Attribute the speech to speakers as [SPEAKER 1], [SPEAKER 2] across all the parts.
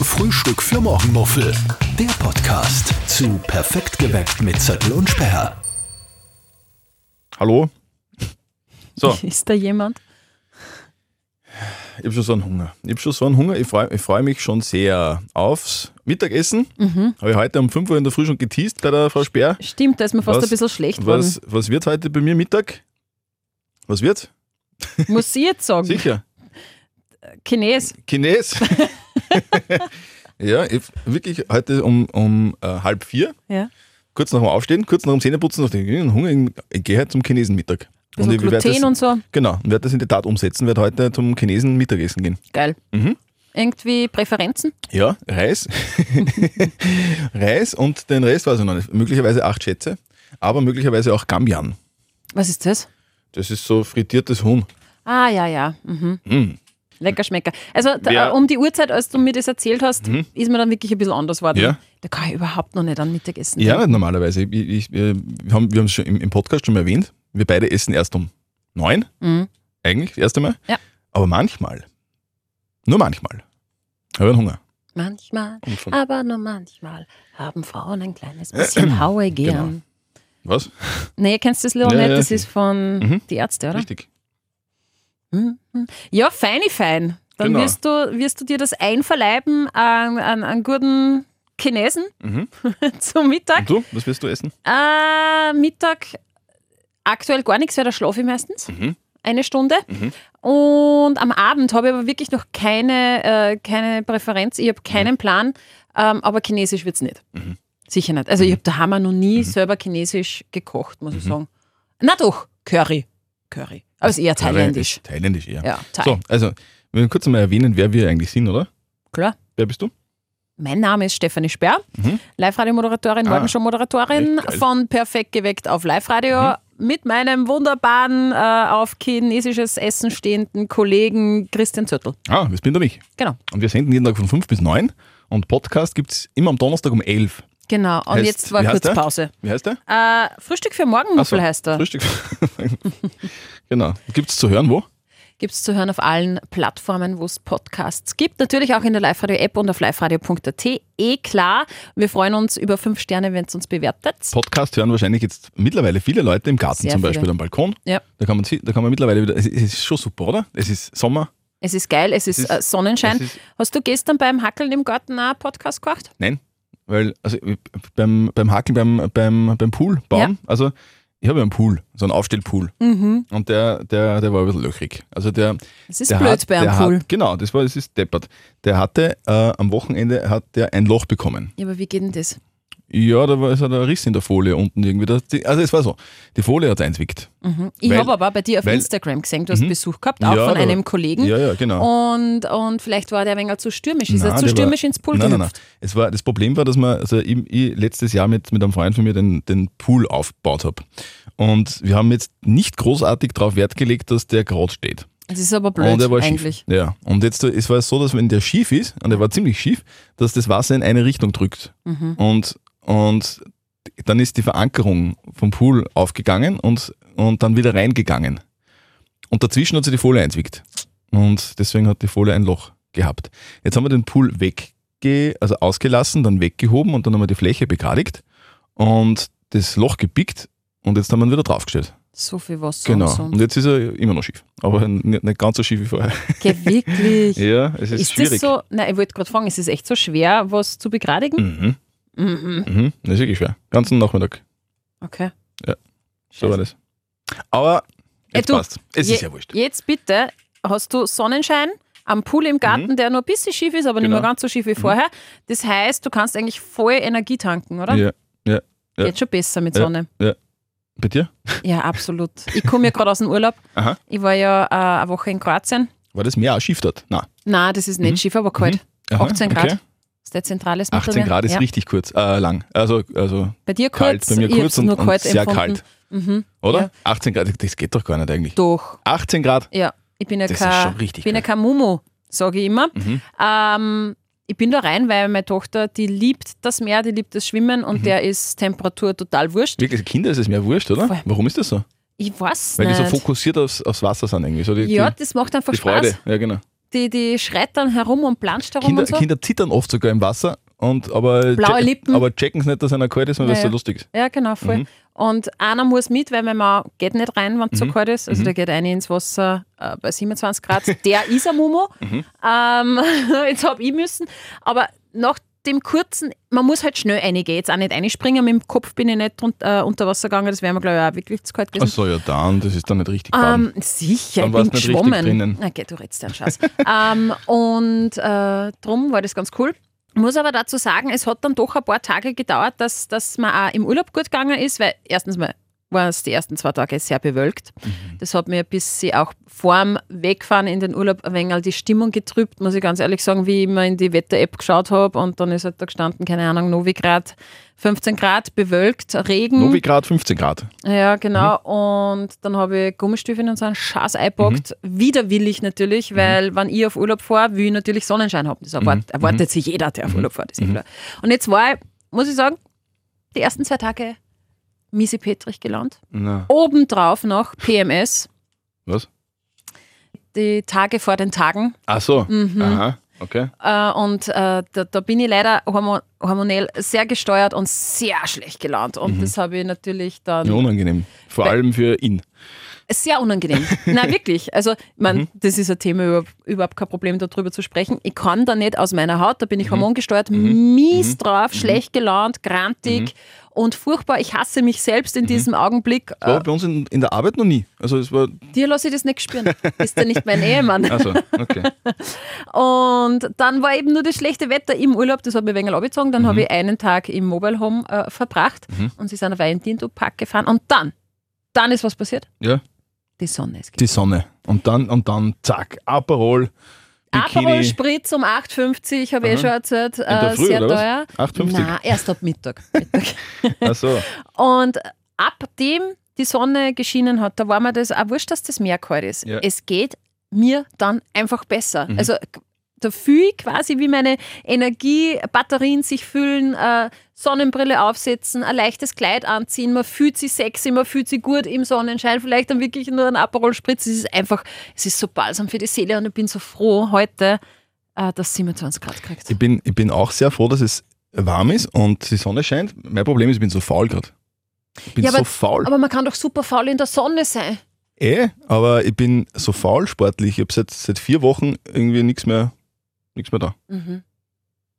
[SPEAKER 1] Frühstück für Morgenmuffel. Der Podcast zu Perfekt geweckt mit Zettel und Sperr.
[SPEAKER 2] Hallo? So,
[SPEAKER 3] Ist da jemand?
[SPEAKER 2] ich habe schon so einen Hunger. Ich habe schon so einen Hunger. Ich freue ich freu mich schon sehr aufs Mittagessen.
[SPEAKER 3] Mhm.
[SPEAKER 2] Habe ich heute um 5 Uhr in der Früh schon geteased bei der Frau Speer.
[SPEAKER 3] Stimmt, da ist mir fast
[SPEAKER 2] Was-
[SPEAKER 3] ein bisschen schlecht worden.
[SPEAKER 2] Was, was wird heute bei mir Mittag? Was wird's?
[SPEAKER 3] Muss ich jetzt sagen?
[SPEAKER 2] Sicher.
[SPEAKER 3] Chines.
[SPEAKER 2] Chines. ja, ich, wirklich heute um, um äh, halb vier,
[SPEAKER 3] Ja.
[SPEAKER 2] kurz nach dem Aufstehen, kurz nach dem Zähneputzen, nach dem Hunger, ich gehe halt zum Chinesen Mittag.
[SPEAKER 3] Bisschen
[SPEAKER 2] ich werd
[SPEAKER 3] Gluten
[SPEAKER 2] das,
[SPEAKER 3] und so.
[SPEAKER 2] Genau, und werde das in die Tat umsetzen, werde heute zum Chinesen Mittagessen gehen.
[SPEAKER 3] Geil.
[SPEAKER 2] Mhm.
[SPEAKER 3] Irgendwie Präferenzen?
[SPEAKER 2] Ja, Reis. Reis und den Rest weiß ich noch nicht. Möglicherweise acht Schätze, aber möglicherweise auch Gambian.
[SPEAKER 3] Was ist das?
[SPEAKER 2] Das ist so frittiertes Huhn.
[SPEAKER 3] Ah, ja, ja. Mhm.
[SPEAKER 2] Mm.
[SPEAKER 3] Lecker schmecker. Also da,
[SPEAKER 2] Wer- Mhm.
[SPEAKER 3] um die Uhrzeit, als du mir das erzählt hast, ist mir dann wirklich ein bisschen anders geworden.
[SPEAKER 2] Ja.
[SPEAKER 3] Da kann ich überhaupt noch nicht an Mittagessen.
[SPEAKER 2] Ja,
[SPEAKER 3] denken.
[SPEAKER 2] nicht normalerweise. Ich, ich, äh, wir haben wir es schon im, im Podcast schon mal erwähnt. Wir beide essen erst um neun,
[SPEAKER 3] Mhm.
[SPEAKER 2] eigentlich, das erste Mal.
[SPEAKER 3] Ja.
[SPEAKER 2] Aber manchmal, nur manchmal, habe ich einen Hunger. Ah.
[SPEAKER 3] Manchmal,
[SPEAKER 2] Und schon-
[SPEAKER 3] aber nur manchmal haben Frauen ein kleines bisschen Haue gern.
[SPEAKER 2] Was?
[SPEAKER 3] Nee, kennst du das Leonette?
[SPEAKER 2] Genau. Ja, ja.
[SPEAKER 3] Das ist von
[SPEAKER 2] Mhm.
[SPEAKER 3] die Ärzte, oder?
[SPEAKER 2] Richtig.
[SPEAKER 3] Mhm. Ja, feini fein. Dann
[SPEAKER 2] Genau.
[SPEAKER 3] wirst, du, wirst du dir das einverleiben an, an, an guten Chinesen
[SPEAKER 2] Mhm.
[SPEAKER 3] zum Mittag.
[SPEAKER 2] Und du, was wirst du essen?
[SPEAKER 3] Äh, Mittag aktuell gar nichts, weil da schlafe ich meistens.
[SPEAKER 2] Mhm.
[SPEAKER 3] Eine Stunde.
[SPEAKER 2] Mhm.
[SPEAKER 3] Und am Abend habe ich aber wirklich noch keine, äh, keine Präferenz. Ich habe keinen Plan, ähm, aber Chinesisch wird es nicht.
[SPEAKER 2] Mhm. Mhm.
[SPEAKER 3] Sicher nicht. Also ich habe daheim auch noch nie selber Chinesisch gekocht, muss ich sagen. Na doch, Curry. Curry. Aber es ist eher thailändisch.
[SPEAKER 2] Thailändisch, ja.
[SPEAKER 3] Ja, Thai.
[SPEAKER 2] So, also, wir werden kurz mal erwähnen, wer wir eigentlich sind, oder?
[SPEAKER 3] Klar.
[SPEAKER 2] Wer bist du?
[SPEAKER 3] Mein Name ist Stefanie Sperr,
[SPEAKER 2] Mhm.
[SPEAKER 3] Live-Radio-Moderatorin,
[SPEAKER 2] Ah,
[SPEAKER 3] Morgenshow-Moderatorin
[SPEAKER 2] echt geil. Mhm.
[SPEAKER 3] von Perfekt geweckt auf Live-Radio mit meinem wunderbaren, äh, auf chinesisches Essen stehenden Kollegen Christian Zürtel.
[SPEAKER 2] Ah, das bin da ich.
[SPEAKER 3] Genau.
[SPEAKER 2] Und wir senden jeden Tag von 5 bis 9 und Podcast gibt es immer am Donnerstag um 11.
[SPEAKER 3] Genau, und
[SPEAKER 2] Heißt-
[SPEAKER 3] jetzt war
[SPEAKER 2] wie heißt
[SPEAKER 3] kurz
[SPEAKER 2] der?
[SPEAKER 3] Pause.
[SPEAKER 2] Wie heißt der?
[SPEAKER 3] Äh, Frühstück für Morgenmuffel
[SPEAKER 2] Ach so,
[SPEAKER 3] heißt er.
[SPEAKER 2] Frühstück. genau. Gibt es zu hören, wo?
[SPEAKER 3] Gibt es zu hören auf allen Plattformen, wo es Podcasts gibt. Natürlich auch in der Live-Radio-App und auf liveradio.at. Eh klar, wir freuen uns über fünf Sterne, wenn es uns bewertet.
[SPEAKER 2] Podcast hören wahrscheinlich jetzt mittlerweile viele Leute im Garten,
[SPEAKER 3] Sehr
[SPEAKER 2] zum Beispiel
[SPEAKER 3] viele.
[SPEAKER 2] am Balkon.
[SPEAKER 3] Ja.
[SPEAKER 2] Da kann man, si- da kann man mittlerweile wieder. Es ist- es ist schon super, oder? Es ist Sommer.
[SPEAKER 3] Es ist geil, es ist,
[SPEAKER 2] ist-
[SPEAKER 3] äh, Sonnenschein.
[SPEAKER 2] es ist-
[SPEAKER 3] Hast du gestern beim Hackeln im Garten auch einen Podcast gemacht?
[SPEAKER 2] Nein, weil also ich- beim, beim Hakeln, beim, beim, beim Pool bauen, also ich habe ja einen Pool, so einen Aufstellpool.
[SPEAKER 3] Mhm.
[SPEAKER 2] Und der, der, der war ein bisschen löchrig. Also der,
[SPEAKER 3] Es ist
[SPEAKER 2] der
[SPEAKER 3] blöd
[SPEAKER 2] hat,
[SPEAKER 3] bei einem
[SPEAKER 2] der
[SPEAKER 3] Pool.
[SPEAKER 2] Hat, genau, das war, das ist deppert. Der hatte äh, am Wochenende hat der ein Loch bekommen.
[SPEAKER 3] Ja, aber wie geht denn das?
[SPEAKER 2] Ja, da war es hat ein Riss in der Folie unten irgendwie. Das, die, also es war so, die Folie hat es einzwickt.
[SPEAKER 3] Ich
[SPEAKER 2] Weil-
[SPEAKER 3] habe aber bei dir auf
[SPEAKER 2] weil- Mhm.
[SPEAKER 3] Instagram gesehen, du hast Besuch gehabt, auch
[SPEAKER 2] Ja,
[SPEAKER 3] von
[SPEAKER 2] da-
[SPEAKER 3] einem Kollegen.
[SPEAKER 2] Ja, ja, genau.
[SPEAKER 3] Und, und vielleicht war der ein wenig zu stürmisch. Ist er
[SPEAKER 2] Nein,
[SPEAKER 3] zu
[SPEAKER 2] der
[SPEAKER 3] stürmisch
[SPEAKER 2] war,
[SPEAKER 3] ins Pool
[SPEAKER 2] Nein, nein, nein.
[SPEAKER 3] gehüpft?
[SPEAKER 2] Es war, das Problem war, dass man, also ich, ich letztes Jahr mit, mit einem Freund von mir den, den Pool aufgebaut habe. Und wir haben jetzt nicht großartig darauf Wert gelegt, dass der gerade steht.
[SPEAKER 3] Das ist aber blöd
[SPEAKER 2] und er war
[SPEAKER 3] eigentlich.
[SPEAKER 2] schief. Ja. Und jetzt es war es so, dass wenn der schief ist, und er war ziemlich schief, dass das Wasser in eine Richtung drückt.
[SPEAKER 3] Mhm.
[SPEAKER 2] Und, und dann ist die Verankerung vom Pool aufgegangen und, und dann wieder reingegangen. Und dazwischen hat sie die Folie einzwickt. Und deswegen hat die Folie ein Loch gehabt. Jetzt haben wir den Pool wegge also ausgelassen, dann weggehoben und dann haben wir die Fläche begradigt und das Loch gepickt und jetzt haben wir ihn wieder draufgestellt.
[SPEAKER 3] So viel Wasser
[SPEAKER 2] Genau.
[SPEAKER 3] und
[SPEAKER 2] Und jetzt ist er immer noch schief. Aber nicht, nicht ganz so schief wie vorher.
[SPEAKER 3] so. Geh, wirklich.
[SPEAKER 2] Ja, es ist,
[SPEAKER 3] ist
[SPEAKER 2] schwierig.
[SPEAKER 3] das so? Nein, ich wollte gerade fragen, ist es echt so schwer, was zu begradigen?
[SPEAKER 2] Mhm.
[SPEAKER 3] Mhm.
[SPEAKER 2] Mhm. Das ist wirklich schwer. Ganzen Nachmittag.
[SPEAKER 3] Okay.
[SPEAKER 2] So war das. Aber
[SPEAKER 3] Ey,
[SPEAKER 2] jetzt
[SPEAKER 3] Äh, du,
[SPEAKER 2] passt. Es
[SPEAKER 3] Je-
[SPEAKER 2] ist ja wurscht.
[SPEAKER 3] Jetzt bitte, hast du Sonnenschein am Pool im Garten, der nur ein bisschen schief ist, aber
[SPEAKER 2] Mhm. Genau.
[SPEAKER 3] nicht mehr ganz so schief wie vorher. Das heißt, du kannst eigentlich voll Energie tanken, oder?
[SPEAKER 2] Ja. ja.
[SPEAKER 3] Jetzt schon besser mit
[SPEAKER 2] Ja.
[SPEAKER 3] Sonne.
[SPEAKER 2] Bei dir?
[SPEAKER 3] Ja, absolut. Ich komme ja gerade aus dem Urlaub.
[SPEAKER 2] Aha.
[SPEAKER 3] Ich war ja äh, eine Woche in Kroatien.
[SPEAKER 2] War das Meer auch schief dort? Nein.
[SPEAKER 3] Nein, das ist nicht schief, aber kalt.
[SPEAKER 2] Mhm. Aha,
[SPEAKER 3] 18 Grad.
[SPEAKER 2] Okay.
[SPEAKER 3] Das ist der zentrale
[SPEAKER 2] 18 Grad ist
[SPEAKER 3] ja.
[SPEAKER 2] richtig kurz, äh, lang. Also, also
[SPEAKER 3] Bei dir
[SPEAKER 2] kalt,
[SPEAKER 3] kurz,
[SPEAKER 2] bei mir
[SPEAKER 3] ich
[SPEAKER 2] kurz
[SPEAKER 3] hab's
[SPEAKER 2] und,
[SPEAKER 3] nur
[SPEAKER 2] und
[SPEAKER 3] kalt
[SPEAKER 2] sehr
[SPEAKER 3] empfunden.
[SPEAKER 2] kalt.
[SPEAKER 3] Mhm.
[SPEAKER 2] Oder?
[SPEAKER 3] Ja.
[SPEAKER 2] 18 Grad, das geht doch gar nicht eigentlich.
[SPEAKER 3] Doch,
[SPEAKER 2] 18 Grad.
[SPEAKER 3] ja. Ich bin ja
[SPEAKER 2] Das ist
[SPEAKER 3] kein,
[SPEAKER 2] schon richtig Mhm.
[SPEAKER 3] bin ja
[SPEAKER 2] geil.
[SPEAKER 3] kein Mumu, sage ich immer. Ähm, ich bin da rein, weil meine Tochter, die liebt das Meer, die liebt das Schwimmen
[SPEAKER 2] Mhm.
[SPEAKER 3] und der ist Temperatur total wurscht.
[SPEAKER 2] Wirklich, Kinder ist es mehr wurscht, oder?
[SPEAKER 3] Voll.
[SPEAKER 2] Warum ist das so?
[SPEAKER 3] Ich weiß
[SPEAKER 2] Weil die
[SPEAKER 3] nicht.
[SPEAKER 2] so fokussiert aufs, aufs Wasser sind irgendwie. So die,
[SPEAKER 3] ja,
[SPEAKER 2] die,
[SPEAKER 3] das macht einfach
[SPEAKER 2] die
[SPEAKER 3] Spaß.
[SPEAKER 2] Freude. Ja, genau.
[SPEAKER 3] die, die schreit dann herum und planscht herum
[SPEAKER 2] Kinder,
[SPEAKER 3] und so.
[SPEAKER 2] Kinder zittern oft sogar im Wasser, und, aber,
[SPEAKER 3] Blaue
[SPEAKER 2] che-
[SPEAKER 3] Lippen.
[SPEAKER 2] aber checken es nicht, dass einer kalt ist, weil
[SPEAKER 3] Ja,
[SPEAKER 2] es so
[SPEAKER 3] ja.
[SPEAKER 2] lustig ist.
[SPEAKER 3] Ja, genau, voll.
[SPEAKER 2] Mhm.
[SPEAKER 3] Und einer muss mit, weil mein Mann geht nicht rein, wenn es zu kalt ist. Also der geht rein ins Wasser äh, bei 27 Grad. Der ist ein Momo. Ähm, jetzt habe ich müssen. Aber nach dem kurzen, man muss halt schnell reingehen. Jetzt auch nicht einspringen. Mit dem Kopf bin ich nicht drun- äh, unter Wasser gegangen. Das wäre mir, glaube ich, auch wirklich zu kalt gewesen.
[SPEAKER 2] Achso, ja, dann, das ist dann nicht richtig. baden.
[SPEAKER 3] Ähm, sicher,
[SPEAKER 2] Dann
[SPEAKER 3] ich
[SPEAKER 2] war's
[SPEAKER 3] bin
[SPEAKER 2] nicht richtig drinnen.
[SPEAKER 3] geschwommen. Okay, du redest einen Scheiß. ähm, und äh, drum war das ganz cool. Muss aber dazu sagen, es hat dann doch ein paar Tage gedauert, dass, dass man auch im Urlaub gut gegangen ist, weil erstens mal waren es die ersten zwei Tage sehr bewölkt.
[SPEAKER 2] Mhm.
[SPEAKER 3] Das hat mir ein bisschen auch vorm Wegfahren in den Urlaub ein wenig die Stimmung getrübt, muss ich ganz ehrlich sagen, wie ich immer in die Wetter-App geschaut habe und dann ist halt da gestanden, keine Ahnung, Novigrad, 15 Grad, bewölkt, Regen.
[SPEAKER 2] Novigrad 15 Grad.
[SPEAKER 3] Ja, genau. Und dann habe ich Gummistiefeln und so einen Schatz eingepackt. Widerwillig natürlich, weil wenn ich auf Urlaub fahre, will ich natürlich Sonnenschein haben. Das erwart erwartet sich jeder, der auf Urlaub fährt. Ist ja klar. Und jetzt war ich, muss ich sagen, die ersten zwei Tage miese Petrich gelernt.
[SPEAKER 2] Na,
[SPEAKER 3] Obendrauf noch PMS,
[SPEAKER 2] was?
[SPEAKER 3] die Tage vor den Tagen.
[SPEAKER 2] Achso,
[SPEAKER 3] Mhm.
[SPEAKER 2] aha, okay.
[SPEAKER 3] Äh, und äh, da, da bin ich leider hormon hormonell sehr gesteuert und sehr schlecht gelernt. Und das habe ich natürlich dann
[SPEAKER 2] Ja, unangenehm. Vor allem für ihn.
[SPEAKER 3] Sehr unangenehm. Na wirklich. Also, ich mein, das ist ein Thema, über, überhaupt kein Problem, darüber zu sprechen. Ich kann da nicht aus meiner Haut, da bin ich hormongesteuert, mies drauf, schlecht gelaunt, grantig und furchtbar. Ich hasse mich selbst in diesem Augenblick.
[SPEAKER 2] War
[SPEAKER 3] Äh,
[SPEAKER 2] bei uns in, in der Arbeit noch nie. Also es war.
[SPEAKER 3] dir lasse ich das nicht spüren. Bist ja nicht mein Ehemann.
[SPEAKER 2] Also, okay.
[SPEAKER 3] Und dann war eben nur das schlechte Wetter im Urlaub, das hat mir wegen abgezogen. Dann habe ich einen Tag im Mobile Home äh, verbracht und sie sind auf einen Tinto Park gefahren. Und dann, dann ist was passiert.
[SPEAKER 2] Ja.
[SPEAKER 3] Die Sonne ist
[SPEAKER 2] Die Sonne. Und dann, und dann, zack, Aperol, Bikini.
[SPEAKER 3] Aperol Spritz um 8,50, habe ich eh schon erzählt, äh,
[SPEAKER 2] Früh,
[SPEAKER 3] sehr
[SPEAKER 2] oder was?
[SPEAKER 3] teuer.
[SPEAKER 2] 8,50?
[SPEAKER 3] Nein, erst ab Mittag. Mittag.
[SPEAKER 2] Achso.
[SPEAKER 3] Und ab dem die Sonne geschienen hat, da war mir das auch wurscht, dass das mehr kalt ist.
[SPEAKER 2] Ja. Mhm.
[SPEAKER 3] Es geht mir dann einfach besser. Also k- da fühle ich quasi, wie meine Energiebatterien sich füllen, äh, Sonnenbrille aufsetzen, ein leichtes Kleid anziehen, man fühlt sich sexy, man fühlt sich gut im Sonnenschein, vielleicht dann wirklich nur ein Aperol Spritz. Es ist einfach, es ist so balsam für die Seele und ich bin so froh heute, äh, dass 27 Grad kriegt.
[SPEAKER 2] Ich bin, ich bin auch sehr froh, dass es warm ist und die Sonne scheint. Mein Problem ist, ich bin so faul gerade. Ich bin
[SPEAKER 3] Ja,
[SPEAKER 2] so
[SPEAKER 3] aber-
[SPEAKER 2] faul.
[SPEAKER 3] Aber man kann doch super faul in der Sonne sein.
[SPEAKER 2] eh, aber ich bin so faul sportlich. Ich habe seit, seit vier Wochen irgendwie nichts mehr, nichts mehr da.
[SPEAKER 3] Mhm.
[SPEAKER 2] man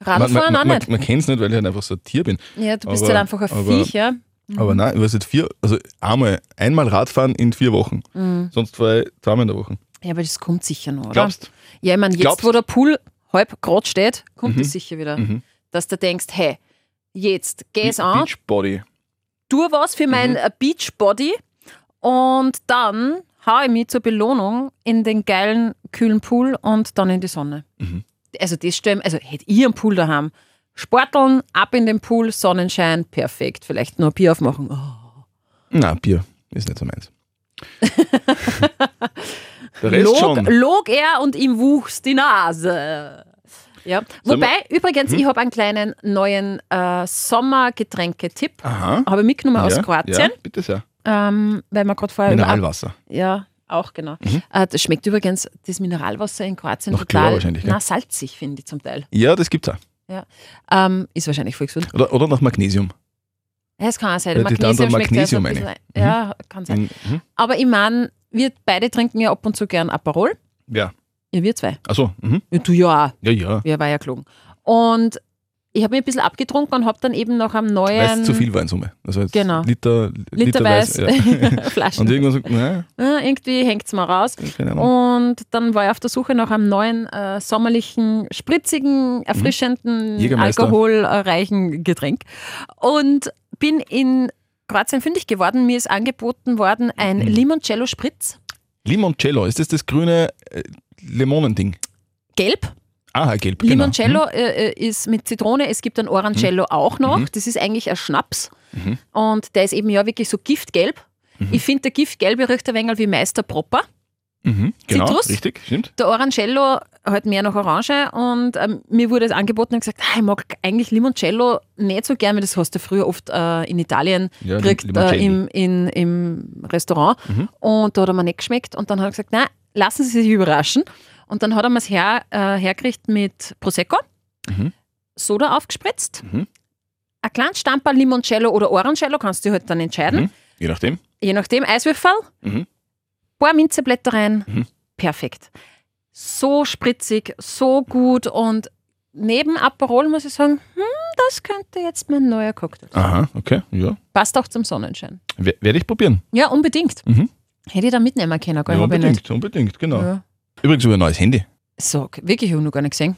[SPEAKER 2] man,
[SPEAKER 3] Radfahren auch
[SPEAKER 2] man, man,
[SPEAKER 3] nicht.
[SPEAKER 2] man kennt es nicht, weil ich halt einfach so ein Tier bin.
[SPEAKER 3] Ja, du bist
[SPEAKER 2] aber-
[SPEAKER 3] halt einfach ein
[SPEAKER 2] aber-
[SPEAKER 3] Viech, ja.
[SPEAKER 2] Aber nein, ich war seit vier, also einmal, einmal Radfahren in vier Wochen.
[SPEAKER 3] Mhm.
[SPEAKER 2] Sonst war ich zweimal in der Woche.
[SPEAKER 3] Ja, aber das kommt sicher noch, oder?
[SPEAKER 2] Glaubst
[SPEAKER 3] Ja, ich meine, jetzt,
[SPEAKER 2] Glaubst-
[SPEAKER 3] wo der Pool halb grad steht, kommt
[SPEAKER 2] Mhm.
[SPEAKER 3] es sicher wieder.
[SPEAKER 2] Mhm.
[SPEAKER 3] Dass du denkst, hey, jetzt geh's
[SPEAKER 2] Be-
[SPEAKER 3] an,
[SPEAKER 2] Beachbody.
[SPEAKER 3] tu was für
[SPEAKER 2] Mhm.
[SPEAKER 3] mein äh, Beachbody und dann hau ich mich zur Belohnung in den geilen, kühlen Pool und dann in die Sonne.
[SPEAKER 2] Mhm.
[SPEAKER 3] Also das stellen, also hätte ich einen Pool daheim. Sporteln, ab in den Pool, Sonnenschein, perfekt. Vielleicht nur Bier aufmachen. Oh.
[SPEAKER 2] Na, Bier ist nicht so meins. Der Rest
[SPEAKER 3] log,
[SPEAKER 2] schon.
[SPEAKER 3] log er und ihm wuchs die Nase. Ja.
[SPEAKER 2] Sollen Hm?
[SPEAKER 3] Wobei, übrigens, ich habe einen kleinen neuen äh, Sommergetränke-Tipp.
[SPEAKER 2] Aha.
[SPEAKER 3] Habe ich mitgenommen aus
[SPEAKER 2] Ja,
[SPEAKER 3] Kroatien,
[SPEAKER 2] Ja, bitte sehr.
[SPEAKER 3] ähm, weil wir gerade vorher. über-
[SPEAKER 2] Mineralwasser. Mhm.
[SPEAKER 3] Ja, auch genau. Äh, das schmeckt übrigens, das Mineralwasser in Kroatien
[SPEAKER 2] Nach Chlor
[SPEAKER 3] total
[SPEAKER 2] wahrscheinlich, gell?
[SPEAKER 3] na, salzig, finde ich zum Teil.
[SPEAKER 2] Ja, das gibt's auch.
[SPEAKER 3] Ja. Ähm, ist wahrscheinlich voll gesund.
[SPEAKER 2] Oder, oder nach Magnesium.
[SPEAKER 3] Ja, Es kann auch sein.
[SPEAKER 2] Ja, die
[SPEAKER 3] Magnesium
[SPEAKER 2] anderen
[SPEAKER 3] schmeckt ja so ein
[SPEAKER 2] Magnesium
[SPEAKER 3] bisschen- Ja, kann sein.
[SPEAKER 2] In, mhm.
[SPEAKER 3] Aber ich meine, wir beide trinken ja ab und zu gern Aperol.
[SPEAKER 2] Ja.
[SPEAKER 3] Ja, wir zwei.
[SPEAKER 2] Achso. Mhm.
[SPEAKER 3] Ja, du ja auch.
[SPEAKER 2] Ja, ja.
[SPEAKER 3] Ja, war ja klug. Und ich habe mir ein bisschen abgetrunken und habe dann eben noch am neuen
[SPEAKER 2] Weil es zu viel war in Summe. Also jetzt
[SPEAKER 3] Ähm, Genau.
[SPEAKER 2] Liter,
[SPEAKER 3] Literweiß
[SPEAKER 2] Literweise, ja.
[SPEAKER 3] Flaschen.
[SPEAKER 2] Und irgendwann Genau. sagt, naja,
[SPEAKER 3] Ja, irgendwie hängt es mal raus.
[SPEAKER 2] keine Ahnung.
[SPEAKER 3] Und dann war ich auf der Suche nach einem neuen äh, sommerlichen, spritzigen, erfrischenden,
[SPEAKER 2] Mhm. Jägermeister.
[SPEAKER 3] alkoholreichen Getränk. Und bin in Kroatien fündig geworden. Mir ist angeboten worden ein
[SPEAKER 2] Mhm.
[SPEAKER 3] Limoncello-Spritz.
[SPEAKER 2] Limoncello, ist das das grüne äh, Limonending?
[SPEAKER 3] Gelb.
[SPEAKER 2] Aha, gelb. genau.
[SPEAKER 3] Limoncello äh, äh, ist mit Zitrone, es gibt ein Orangello auch noch. Das ist eigentlich ein Schnaps. Und der ist eben ja wirklich so giftgelb. Ich finde, der giftgelbe riecht ein wenig wie Meister Proper.
[SPEAKER 2] Mhm. Mhm. Genau,
[SPEAKER 3] Zitrus?
[SPEAKER 2] richtig, stimmt.
[SPEAKER 3] Der Orangello halt mehr nach Orange und ähm, mir wurde es angeboten und gesagt, ah, ich mag eigentlich Limoncello nicht so gern, weil das hast du früher oft äh, in Italien
[SPEAKER 2] Ja,
[SPEAKER 3] gekriegt äh,
[SPEAKER 2] Limoncelli.
[SPEAKER 3] im, in,
[SPEAKER 2] Mhm.
[SPEAKER 3] im Restaurant und da hat er mir nicht geschmeckt und dann hat er gesagt, nein, lassen Sie sich überraschen Und dann hat er mir es her, äh, hergekriegt mit Prosecco,
[SPEAKER 2] Mhm.
[SPEAKER 3] Soda aufgespritzt,
[SPEAKER 2] Mhm.
[SPEAKER 3] ein kleines Stamperl Limoncello oder Orangello, kannst du dich halt dann entscheiden.
[SPEAKER 2] Mhm. Je nachdem.
[SPEAKER 3] Je nachdem, Eiswürfel,
[SPEAKER 2] Mhm.
[SPEAKER 3] paar Minzeblätter rein,
[SPEAKER 2] Mhm.
[SPEAKER 3] perfekt. So spritzig, so gut und neben Aperol muss ich sagen, hm, das könnte jetzt mein neuer Cocktail sein.
[SPEAKER 2] Aha, okay, ja.
[SPEAKER 3] Passt auch zum Sonnenschein.
[SPEAKER 2] Wer- Werde ich probieren.
[SPEAKER 3] Ja, unbedingt.
[SPEAKER 2] Mhm.
[SPEAKER 3] Hätte ich da mitnehmen können, gell?
[SPEAKER 2] Ja,
[SPEAKER 3] Hab ich
[SPEAKER 2] unbedingt,
[SPEAKER 3] nicht.
[SPEAKER 2] unbedingt, genau.
[SPEAKER 3] Ja.
[SPEAKER 2] Übrigens über ein neues Handy.
[SPEAKER 3] So, wirklich habe ich noch gar nicht gesehen.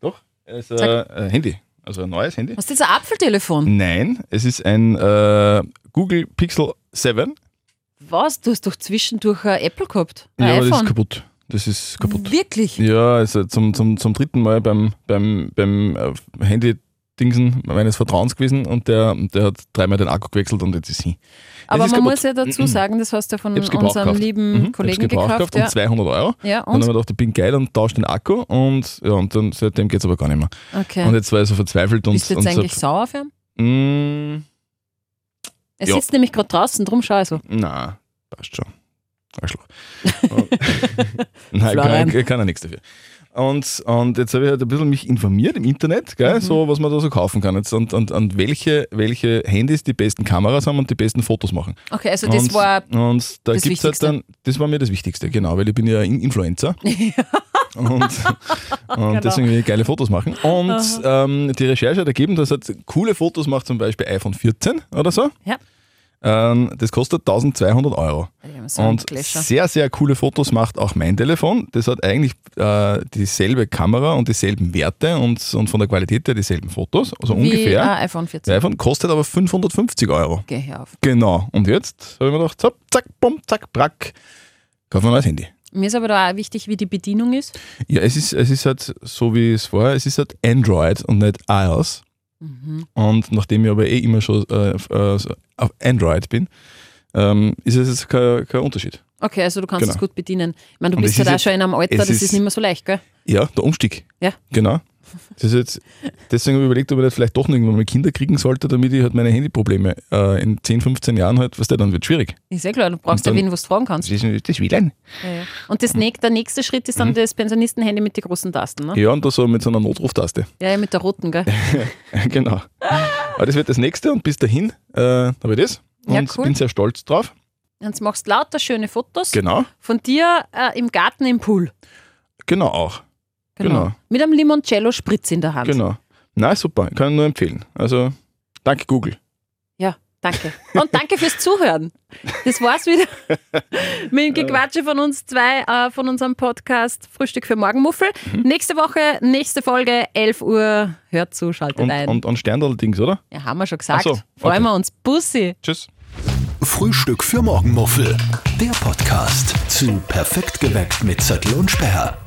[SPEAKER 2] Doch, es ist
[SPEAKER 3] Sag.
[SPEAKER 2] äh, ein Handy. Also ein neues Handy.
[SPEAKER 3] Hast du jetzt ein
[SPEAKER 2] Mhm.
[SPEAKER 3] Apfeltelefon?
[SPEAKER 2] Nein, es ist ein äh, Google Pixel 7.
[SPEAKER 3] Was? Du hast doch zwischendurch ein Apple gehabt. Ein
[SPEAKER 2] Ja, aber das ist
[SPEAKER 3] iPhone.
[SPEAKER 2] kaputt. Das ist kaputt.
[SPEAKER 3] Wirklich?
[SPEAKER 2] Ja, also zum, zum, zum dritten Mal beim, beim, beim äh, Handy-Dingsen meines Vertrauens gewesen und der, der hat dreimal den Akku gewechselt und jetzt ist sie.
[SPEAKER 3] Aber man
[SPEAKER 2] ist kaputt. Mhm.
[SPEAKER 3] muss ja dazu sagen, das hast du von
[SPEAKER 2] Ich hab's gebraucht
[SPEAKER 3] unserem
[SPEAKER 2] gekauft.
[SPEAKER 3] lieben
[SPEAKER 2] Mhm,
[SPEAKER 3] Kollegen
[SPEAKER 2] hab's gebraucht
[SPEAKER 3] gekauft.
[SPEAKER 2] gekauft um 200 Euro.
[SPEAKER 3] ja. ja,
[SPEAKER 2] Dann haben
[SPEAKER 3] und?
[SPEAKER 2] wir gedacht, ich bin geil und tausche den Akku und, ja, und dann seitdem geht es aber gar nicht mehr.
[SPEAKER 3] Okay.
[SPEAKER 2] Und jetzt war ich so verzweifelt und.
[SPEAKER 3] Bist du jetzt
[SPEAKER 2] und so-
[SPEAKER 3] eigentlich sauer auf ihn?
[SPEAKER 2] Mm,
[SPEAKER 3] Er
[SPEAKER 2] Ja.
[SPEAKER 3] sitzt nämlich gerade draußen, drum schau ich so.
[SPEAKER 2] na, passt schon. Arschloch. Und- Nein,
[SPEAKER 3] Florian.
[SPEAKER 2] kann, kann, kann er nichts dafür. Und, und jetzt habe ich halt ein bisschen mich informiert im Internet, gell, so, was man da so kaufen kann. Jetzt und, und, und welche, welche Handys die besten Kameras haben und die besten Fotos machen.
[SPEAKER 3] Okay, also das
[SPEAKER 2] und,
[SPEAKER 3] war.
[SPEAKER 2] und da
[SPEAKER 3] das
[SPEAKER 2] gibt's halt
[SPEAKER 3] Wichtigste.
[SPEAKER 2] dann, das war mir das Wichtigste, genau, weil ich bin ja In- Influencer. Und, und
[SPEAKER 3] Genau.
[SPEAKER 2] deswegen will ich geile Fotos machen. Und ähm, die Recherche hat ergeben, dass halt coole Fotos macht, zum Beispiel iPhone 14 oder so.
[SPEAKER 3] Ja.
[SPEAKER 2] Ähm, das kostet 1200 Euro.
[SPEAKER 3] So ein
[SPEAKER 2] Und
[SPEAKER 3] Gläscher.
[SPEAKER 2] sehr, sehr coole Fotos macht auch mein Telefon. Das hat eigentlich äh, dieselbe Kamera und dieselben Werte und, und von der Qualität her dieselben Fotos. Also
[SPEAKER 3] Wie äh,
[SPEAKER 2] ungefähr.
[SPEAKER 3] ein iPhone 14.
[SPEAKER 2] Das iPhone kostet aber 550 Euro.
[SPEAKER 3] Geh hier auf.
[SPEAKER 2] Genau. Und jetzt habe ich mir gedacht, zack, zack, bumm, zack, brack. Kauf mir ein neues Handy.
[SPEAKER 3] Mir ist aber da auch wichtig, wie die Bedienung ist.
[SPEAKER 2] Ja, es ist, es ist halt so wie es vorher, es ist halt Android und nicht iOS.
[SPEAKER 3] Mhm.
[SPEAKER 2] Und nachdem ich aber eh immer schon äh, auf, äh, so auf Android bin, ähm, ist es jetzt kein, kein Unterschied.
[SPEAKER 3] Okay, also du kannst
[SPEAKER 2] Genau.
[SPEAKER 3] es gut bedienen. Ich meine, du
[SPEAKER 2] Und
[SPEAKER 3] bist
[SPEAKER 2] es ist
[SPEAKER 3] halt auch
[SPEAKER 2] jetzt-
[SPEAKER 3] schon in einem Alter,
[SPEAKER 2] es
[SPEAKER 3] das ist,
[SPEAKER 2] ist-
[SPEAKER 3] nicht mehr so leicht, gell?
[SPEAKER 2] Ja, der Umstieg.
[SPEAKER 3] Ja.
[SPEAKER 2] Genau. Das ist jetzt, deswegen habe ich überlegt, ob ich nicht vielleicht doch noch irgendwann mal Kinder kriegen sollte, damit ich halt meine Handyprobleme äh, in 10, 15 Jahren halt, was der dann wird schwierig.
[SPEAKER 3] Ist ja klar, du brauchst
[SPEAKER 2] Und
[SPEAKER 3] ja
[SPEAKER 2] dann-
[SPEAKER 3] wen, was du fragen kannst.
[SPEAKER 2] ist das WLAN.
[SPEAKER 3] Ja, ja. Und das näch- der nächste Schritt ist dann das Pensionistenhandy mit den großen Tasten, ne?
[SPEAKER 2] Mhm. Ja, und da so mit so einer Notruftaste.
[SPEAKER 3] Ja, ja, mit der roten, gell?
[SPEAKER 2] genau. Aber das wird das nächste und bis dahin äh, habe ich das. Und
[SPEAKER 3] Ja, cool.
[SPEAKER 2] bin sehr stolz drauf.
[SPEAKER 3] Jetzt machst du lauter schöne Fotos
[SPEAKER 2] Genau,
[SPEAKER 3] von dir äh, im Garten im Pool.
[SPEAKER 2] genau auch. Genau.
[SPEAKER 3] Mit einem Limoncello-Spritz in der Hand.
[SPEAKER 2] Genau. Na super, kann ich nur empfehlen. Also danke Google.
[SPEAKER 3] Ja, danke. Und danke fürs Zuhören. Das war's wieder mit dem Gequatsche von uns zwei, äh, von unserem Podcast Frühstück für Morgenmuffel.
[SPEAKER 2] Mhm.
[SPEAKER 3] Nächste Woche, nächste Folge, 11 Uhr. Hört zu, schaltet
[SPEAKER 2] Und,
[SPEAKER 3] ein.
[SPEAKER 2] und, und Sterndal-Dings, oder?
[SPEAKER 3] ja, haben wir schon gesagt.
[SPEAKER 2] Ach so,
[SPEAKER 3] Freuen
[SPEAKER 2] okay.
[SPEAKER 3] wir uns. Bussi.
[SPEAKER 2] Tschüss.
[SPEAKER 1] Frühstück für Morgenmuffel. Der Podcast zu Perfekt geweckt mit Zettel und Sperr.